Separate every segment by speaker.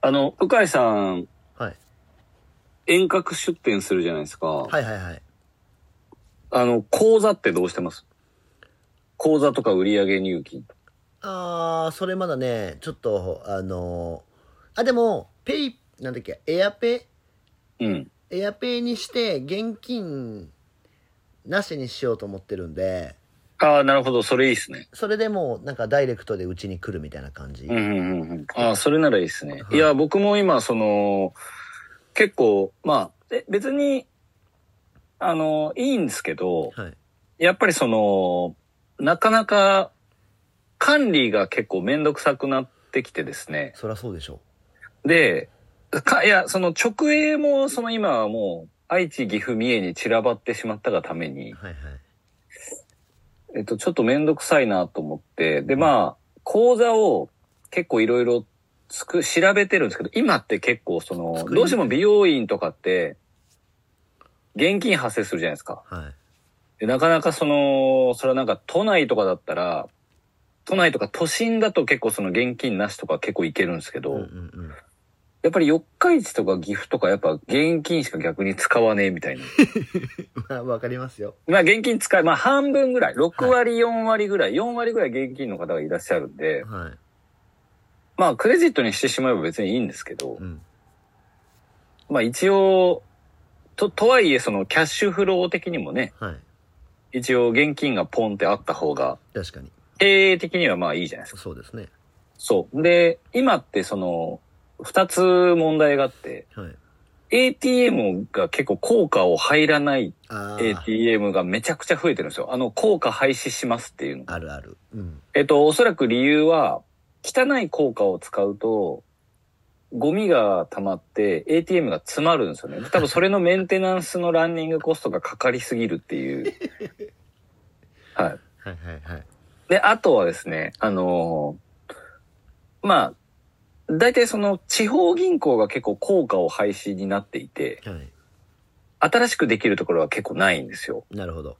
Speaker 1: あの、鵜飼さん、
Speaker 2: はい。
Speaker 1: 遠隔出店するじゃないですか。
Speaker 2: はいはいはい。
Speaker 1: あの、口座ってどうしてます口座とか売上入金。
Speaker 2: あー、それまだね、ちょっと、あのーあ、でも、ペイ、なんだっけ、エアペ
Speaker 1: うん。
Speaker 2: エアペイにして、現金なしにしようと思ってるんで、
Speaker 1: ああ、なるほど。それいいですね。
Speaker 2: それでもう、なんかダイレクトでうちに来るみたいな感じ。
Speaker 1: うんうんうんうん。ああ、それならいいですね。
Speaker 2: はい
Speaker 1: い、や、僕も今、その、結構、まあ、え別に、あの、いいんですけど、
Speaker 2: はい。
Speaker 1: やっぱりその、なかなか管理が結構めんどくさくなってきてですね。
Speaker 2: そりゃそうでしょ
Speaker 1: で、か、いや、その直営も、その今はもう、愛知、岐阜、三重に散らばってしまったがために
Speaker 2: う。、はいはい。
Speaker 1: えっと、ちょっとめんどくさいなと思って、で、まあ、講座を結構いろいろつく、調べてるんですけど、今って結構その、
Speaker 2: 作り
Speaker 1: どうしても美容院とかって、現金発生するじゃないですか。
Speaker 2: はい。
Speaker 1: でなかなかその、それはなんか都内とかだったら、都内とか都心だと結構その現金なしとか結構いけるんですけど、
Speaker 2: うんうんうん。
Speaker 1: やっぱり四日市とか岐阜とかやっぱ現金しか逆に使わねえみたいな。
Speaker 2: まあ、わかりますよ。
Speaker 1: まあ現金使い、まあ半分ぐらい、6割、4割ぐらい、4割ぐらい現金の方がいらっしゃるんで、
Speaker 2: はい。
Speaker 1: まあクレジットにしてしまえば別にいいんですけど
Speaker 2: う、ん。
Speaker 1: まあ一応、と、とはいえそのキャッシュフロー的にもね、
Speaker 2: はい。
Speaker 1: 一応現金がポンってあった方が、
Speaker 2: 確かに。
Speaker 1: 経営的にはまあいいじゃないですか。
Speaker 2: そうですね。
Speaker 1: そう。で、今ってその、二つ問題があって、
Speaker 2: はい。
Speaker 1: ATM が結構効果を入らない
Speaker 2: あー
Speaker 1: ATM がめちゃくちゃ増えてるんですよ。あの、効果廃止しますっていうの。
Speaker 2: あるある。うん。
Speaker 1: えっと、おそらく理由は、汚い効果を使うと、ゴミが溜まって ATM が詰まるんですよね。多分それのメンテナンスのランニングコストがかかりすぎるって いう。はい。
Speaker 2: はいはいはい。
Speaker 1: で、あとはですね、あのーまあ、大体その地方銀行が結構効果を廃止になっていて、
Speaker 2: はい。
Speaker 1: 新しくできるところは結構ないんですよ。
Speaker 2: なるほど。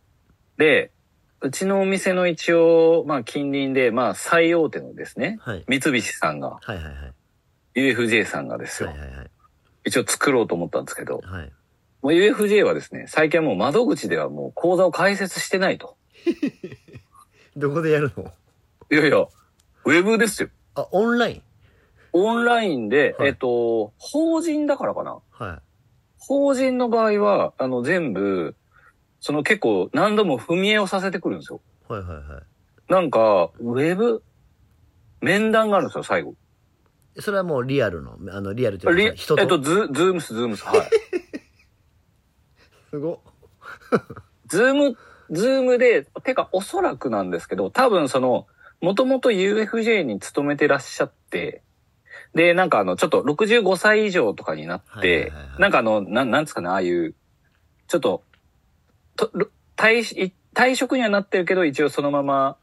Speaker 1: で、うちのお店の一応、まあ近隣で、まあ最大手のですね、
Speaker 2: はい。
Speaker 1: 三菱さんが、
Speaker 2: はいはいはい。
Speaker 1: UFJ さんがです
Speaker 2: は
Speaker 1: よ、
Speaker 2: いはいはい。
Speaker 1: 一応作ろうと思ったんですけど、
Speaker 2: はい。
Speaker 1: もう UFJ はですね、最近はもう窓口ではもう口座を開設してないと。
Speaker 2: どこでやるの
Speaker 1: いやいや、ウェブですよ。
Speaker 2: あ、オンライン
Speaker 1: オンラインで、
Speaker 2: はい
Speaker 1: えっと、法人だからかな
Speaker 2: は
Speaker 1: 法人の場合は、あの、全部、その結構何度も踏み絵をさせてくるんですよ。
Speaker 2: い。はいはいは
Speaker 1: なんか、ウェブ、面談があるんですよ、最後。
Speaker 2: い。それはもうリアルの、あの、リアルと
Speaker 1: リ
Speaker 2: いう
Speaker 1: え
Speaker 2: か、
Speaker 1: っ
Speaker 2: 人と。
Speaker 1: と、ズズームス、ズームス、 はい。
Speaker 2: すごっ。
Speaker 1: ズーム、ズームで、てかおそらくなんですけど、多分その、もともと UFJ に勤めてらっしゃって、で、なんかあの、ちょっと65歳以上とかになっ
Speaker 2: はいはい
Speaker 1: て
Speaker 2: はいは、い
Speaker 1: なんかあの、なん、なんつうかな、ああいう、ちょっと、とろ退し退職にはなってるけど、一応そのまま、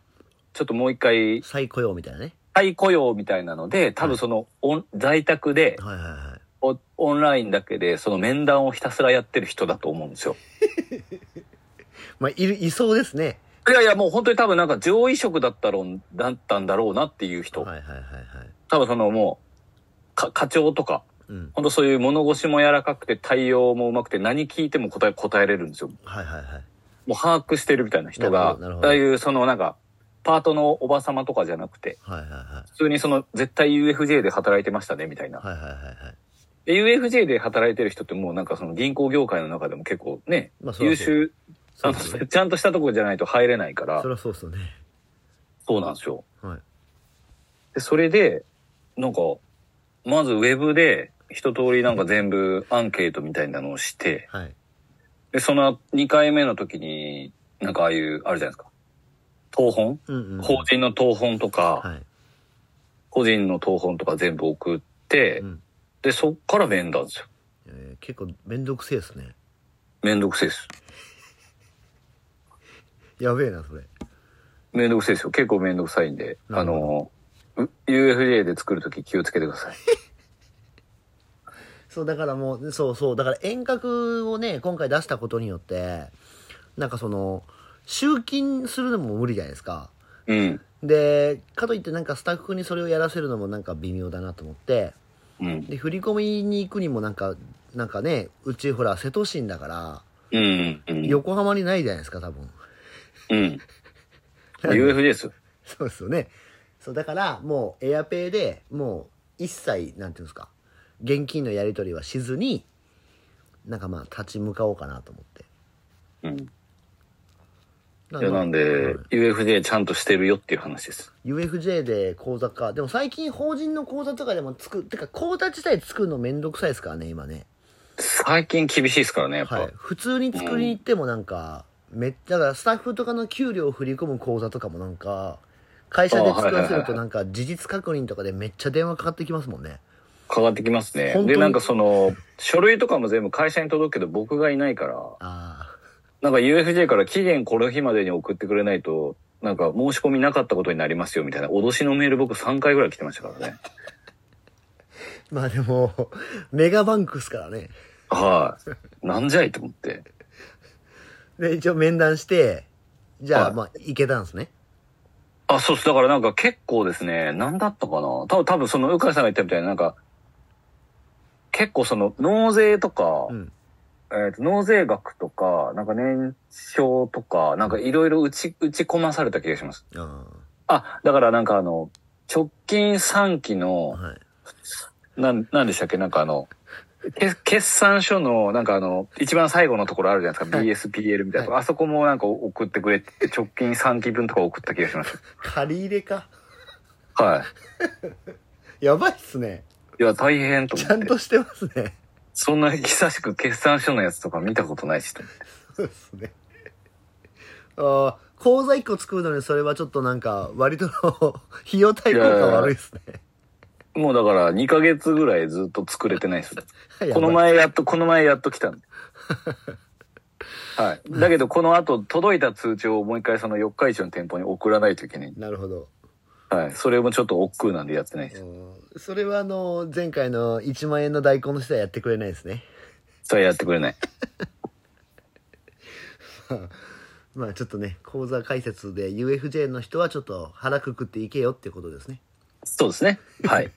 Speaker 1: ちょっともう一回、
Speaker 2: 再雇用みたいなね。
Speaker 1: 再雇用みたいなので、多分その、オン在宅で
Speaker 2: はいはいはい。
Speaker 1: オ、オンラインだけで、その面談をひたすらやってる人だと思うんですよ。
Speaker 2: まあ、いる、いそうですね。
Speaker 1: いやいや、もう本当に多分なんか上位職だったろう、だったんだろうなっていう人。
Speaker 2: はいはいはいはい。
Speaker 1: 多分そのもう、か、課長とか、
Speaker 2: うん。
Speaker 1: 本当そういう物腰も柔らかくて対応もうまくて何聞いても答え、答えれるんですよ。
Speaker 2: はいはいはい。
Speaker 1: もう把握してるみたいな人
Speaker 2: なる
Speaker 1: が
Speaker 2: ほどなる、ほど
Speaker 1: ああいうそのなんか、パートのおば様とかじゃなくて、
Speaker 2: はいはいは
Speaker 1: 普通にその絶対 UFJ で働いてましたね、みたい
Speaker 2: い。
Speaker 1: な。
Speaker 2: はいはいはいはい。
Speaker 1: で UFJ で働いてる人ってもうなんかその銀行業界の中でも結構ね、
Speaker 2: まあ、そり
Speaker 1: 優
Speaker 2: ゃそう。
Speaker 1: 秀、
Speaker 2: そ
Speaker 1: あ
Speaker 2: うです
Speaker 1: の、
Speaker 2: ね。
Speaker 1: ちゃんとしたところじゃないと入れないから
Speaker 2: そ、りゃそうっすよね。
Speaker 1: そうなんですよ。
Speaker 2: はい。
Speaker 1: で、それで、なんか、まずウェブで一通りなんか全部アンケートみたいなのをして、
Speaker 2: はい。
Speaker 1: で、その2回目の時に、なんかああいう、あるじゃないですか。当本
Speaker 2: うんうんうん。
Speaker 1: 法人の当本とか、
Speaker 2: はい。
Speaker 1: 個人の当本とか全部送って
Speaker 2: うん、
Speaker 1: で、そっから面談ですよ。
Speaker 2: えー結構めんどくせえっすね。
Speaker 1: めんどくせえです。
Speaker 2: やべえな、それ。
Speaker 1: めんどくせえですよ。結構めんどくさいんで、
Speaker 2: な
Speaker 1: あ
Speaker 2: る
Speaker 1: の、う UFJ で作るとき気をつけてください。
Speaker 2: そう、だからもう、そうそう、だから遠隔をね、今回出したことによって、なんかその、集金するのも無理じゃないですか。
Speaker 1: うん。
Speaker 2: で、かといってなんかスタッフにそれをやらせるのもなんか微妙だなと思って、
Speaker 1: うん。
Speaker 2: で振り込みに行くにもなんかなんかねうちほら瀬戸市だから
Speaker 1: うん。うん。
Speaker 2: 横浜にないじゃないですか多分
Speaker 1: うん。UFJ ですよ。
Speaker 2: そうですよねそうだからもうエアペイでもう一切なんていうんですか現金のやり取りはしずになんかまあ立ち向かおうかなと思って
Speaker 1: うん。い
Speaker 2: な
Speaker 1: や、なんで、UFJ ちゃんとしてるよっていう話です。
Speaker 2: UFJ で口座かでも最近法人の口座とかでも作ってか口座自体作るのめんどくさいですからね今ね
Speaker 1: 最近厳しいですからね、やっぱ。
Speaker 2: はい普通に作りに行ってもなんか、めっだからスタッフとかの給料を振り込む口座とかもなんか会社で作らせるとなんか事実確認とかでめっちゃ電話かかってきますもんね
Speaker 1: かかってきますね
Speaker 2: 本。当に
Speaker 1: で、なんかその、書類とかも全部会社に届くけど僕がいないから、
Speaker 2: あ
Speaker 1: なんか UFJ から期限この日までに送ってくれないと、なんか申し込みなかったことになりますよみたいな脅しのメール僕3回ぐらい来てましたからね。
Speaker 2: あ まあでもメガバンクっすからね
Speaker 1: はい。なんじゃいと思って。
Speaker 2: で一応面談してじゃ
Speaker 1: は
Speaker 2: あ
Speaker 1: い
Speaker 2: まあ行けたんですね
Speaker 1: あ、そうっす。だからなんか結構ですね、なんだったかな。多分多分その、うかいさんが言ったみたいな、なんか、結構その、納税とか、
Speaker 2: うん
Speaker 1: えっ、と、納税額とか、なんか年商とか、なんかいろいろ打ち、打ち込まされた気がします。
Speaker 2: あ
Speaker 1: あ、だからなんかあの、直近3期
Speaker 2: あ
Speaker 1: の、
Speaker 2: はい
Speaker 1: なん、なんでしたっけなんかあの、け決算書の、なんかあの、一番最後のところあるじゃない
Speaker 2: はい
Speaker 1: ですか。BSPL みたいなとこ、
Speaker 2: は
Speaker 1: あそこもなんか送ってくれって、直近3期分とか送った気がし ます。
Speaker 2: 借り入れか
Speaker 1: はい。
Speaker 2: やばいっすね
Speaker 1: いや、大変と
Speaker 2: ち
Speaker 1: 思
Speaker 2: ゃ
Speaker 1: っ
Speaker 2: ん
Speaker 1: て。
Speaker 2: としてますね
Speaker 1: そんな久しく決算書のやつとか見たことないしと思って。
Speaker 2: そうですね。ああ、口座1個作るのにそれはちょっとなんか、割と費用対効果悪いですね。
Speaker 1: もうだから2ヶ月ぐらいずっと作れてないです。
Speaker 2: やばい
Speaker 1: この。前やっと、この前やっと来たんで。はい。だけど、この後、届いた通知をもう一回その四日市の店舗に送らないといけない。
Speaker 2: なるほど。
Speaker 1: はい。それもちょっと億劫なんでやってないです。
Speaker 2: うんそれはあの、前回の1万円の代行の人はやってくれないですね。
Speaker 1: それやってくれない。
Speaker 2: まあちょっとね、口座開設で UFJ の人はちょっと腹くくっていけよっていうことですね。
Speaker 1: そうですね。はい。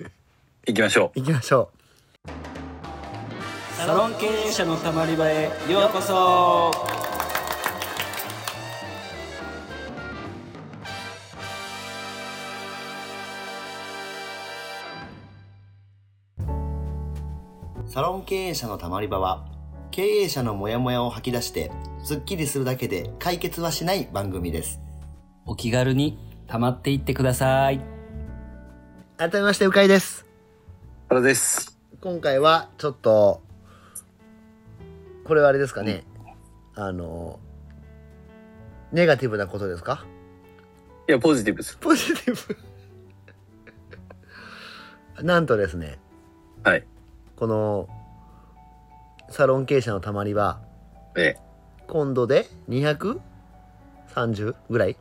Speaker 1: 行きましょ
Speaker 2: 行きましょ
Speaker 3: サロン経営者のたまり場へようこそ
Speaker 2: う。サロン経営者のたまり場は、経営者のモヤモヤを吐き出して、スッキリするだけで解決はしない番組です。
Speaker 3: お気軽にたまっていってください
Speaker 2: 改めまして、うかいです。
Speaker 1: う。これです。
Speaker 2: 今回はちょっとこれはあれですかね、あのネガティブなことですか
Speaker 1: いや、ポジティブです。
Speaker 2: ポジティブ なんとですね
Speaker 1: はい。
Speaker 2: このサロン経営者のたまりは
Speaker 1: え
Speaker 2: 今度で 230? ぐらい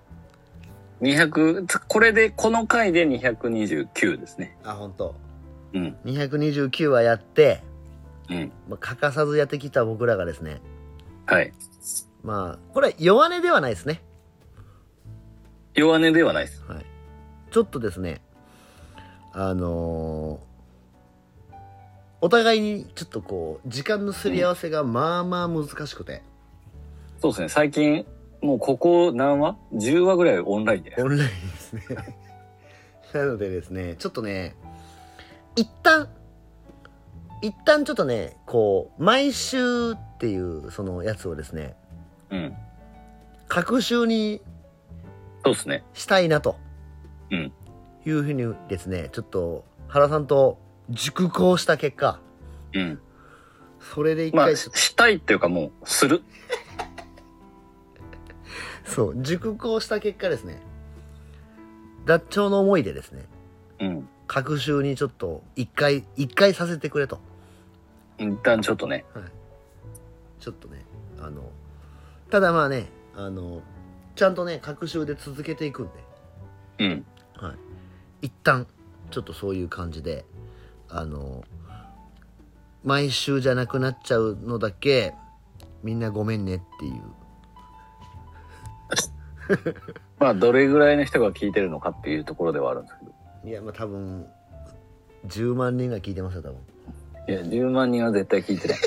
Speaker 1: え。200、これで、この回で229ですね。
Speaker 2: あ本当
Speaker 1: うん。
Speaker 2: 229はやって、
Speaker 1: うん。
Speaker 2: まあ、欠かさずやってきた僕らがですね
Speaker 1: はい。
Speaker 2: まあこれは弱音ではないですね
Speaker 1: 弱音ではないです。
Speaker 2: はい、ちょっとですねあのーお互いにちょっとこう時間のすり合わせがまあまあ難しくて、
Speaker 1: そうですね。最近、もうここ何話 ?10 話ぐらいオンラインで。
Speaker 2: オンラインですね なのでですねちょっとね一旦一旦ちょっとねこう毎週っていうそのやつをですね
Speaker 1: うん。
Speaker 2: 隔週に
Speaker 1: そうですね。
Speaker 2: したいなと、
Speaker 1: うん
Speaker 2: いうふうにですねちょっと原さんと熟考した結果
Speaker 1: うん。
Speaker 2: それで一
Speaker 1: まあ、
Speaker 2: 回ちょっと
Speaker 1: ししたいっていうかもう、する。
Speaker 2: そう熟考した結果ですね脱腸の思いでですね
Speaker 1: うん。
Speaker 2: 隔週にちょっと一回一回させてくれと
Speaker 1: 一旦ちょっとね。
Speaker 2: ちょっとねあのただまあねあのちゃんとね隔週で続けていくんで
Speaker 1: うん。
Speaker 2: 一旦ちょっとそういう感じであの毎週じゃなくなっちゃうのだけみんなごめんねっていう
Speaker 1: まあ、どれぐらいの人が聞いてるのかっていうところではあるんですけど。
Speaker 2: いやまあ多分10万人が聞いてますよ多分
Speaker 1: いや、10万人は絶対聞いてない。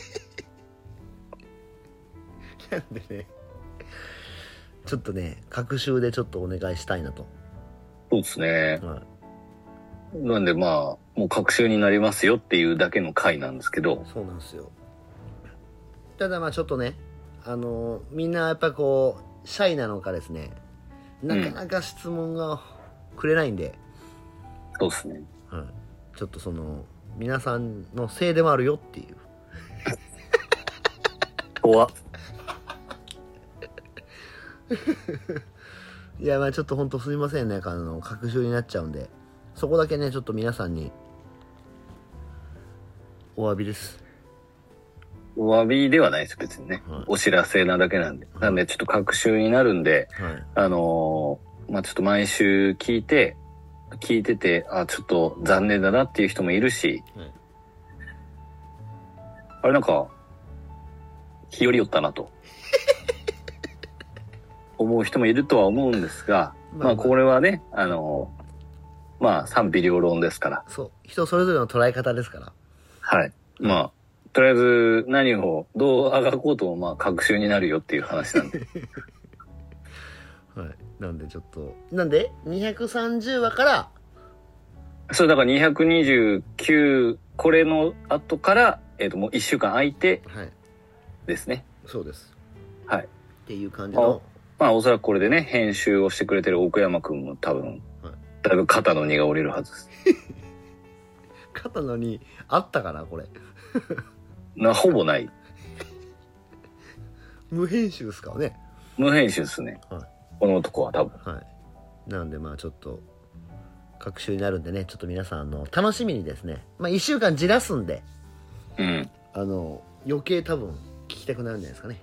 Speaker 2: なんでねちょっとね隔週でちょっとお願いしたいなと、
Speaker 1: そうですね。
Speaker 2: は
Speaker 1: なんでまあ、もう隔週になりますよっていうだけの回なんですけど
Speaker 2: い、、そうなんですよただまあちょっとねあのーみんなやっぱこうシャイなのかですねなかなか質問がくれないんで、
Speaker 1: そうですね。
Speaker 2: はい、ちょっとその皆さんのせいでもあるよっていう
Speaker 1: 怖っ
Speaker 2: いやまあちょっと本当すみませんねあの隔週になっちゃうんでそこだけねちょっと皆さんにお詫びです
Speaker 1: お詫びではないです、別にね
Speaker 2: はい。
Speaker 1: お知らせなだけなんで。なんで、ちょっと隔週になるんで、
Speaker 2: はい
Speaker 1: あのーまあちょっと毎週聞いて、聞いてて、あ、ちょっと残念だなっていう人もいるし、
Speaker 2: はい
Speaker 1: あれなんか、日和よった なと。思う人もいるとは思うんですが、
Speaker 2: まあま
Speaker 1: ま
Speaker 2: あ
Speaker 1: あこれはね、あのーまあ賛否両論ですから、
Speaker 2: そう人それぞれの捉え方ですから
Speaker 1: はい。まあ、とりあえず何をどうあがこうともまあ、学習になるよっていう話なんで。
Speaker 2: はいなんでちょっとなんで230話から
Speaker 1: そう、だから229、これの後から、えっ、と、もう1週間空いて
Speaker 2: はい
Speaker 1: ですね。
Speaker 2: そうです
Speaker 1: はい
Speaker 2: っていう感じの
Speaker 1: まあ、おそらくこれでね、編集をしてくれてる奥山くんも多分
Speaker 2: はい、
Speaker 1: だいぶ肩の荷が下りるはずです。
Speaker 2: 肩のにあったかなこれ
Speaker 1: な、ほぼない。
Speaker 2: 無編集ですからね
Speaker 1: 無編集ですね。
Speaker 2: はい
Speaker 1: この男は多分。
Speaker 2: はいなんでまあちょっと各週になるんでねちょっと皆さんあの楽しみにですねまあ1週間じらすんで
Speaker 1: うん。
Speaker 2: あの余計多分聞きたくなるんじゃないですかね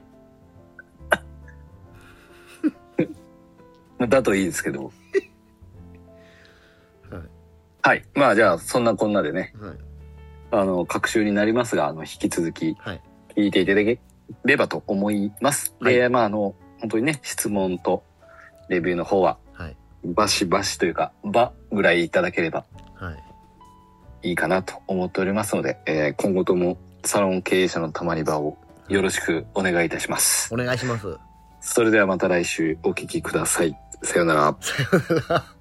Speaker 1: だといいですけど。
Speaker 2: は
Speaker 1: はい。まあ、じゃあ、そんなこんなでね、
Speaker 2: いはい
Speaker 1: あの、学習になりますが、あの、引き続き、
Speaker 2: はい
Speaker 1: 聞いていただければと思います。で、まあ、あの、本当にね、質問とレビューの方は、
Speaker 2: はい
Speaker 1: バシバシというか、ばぐらいいただければ
Speaker 2: はい
Speaker 1: いいかなと思っておりますので、えー今後ともサロン経営者のたまり場をよろしくお願いいたします。
Speaker 2: お願いします
Speaker 1: それではまた来週お聞きください。さようなら。
Speaker 2: さようなら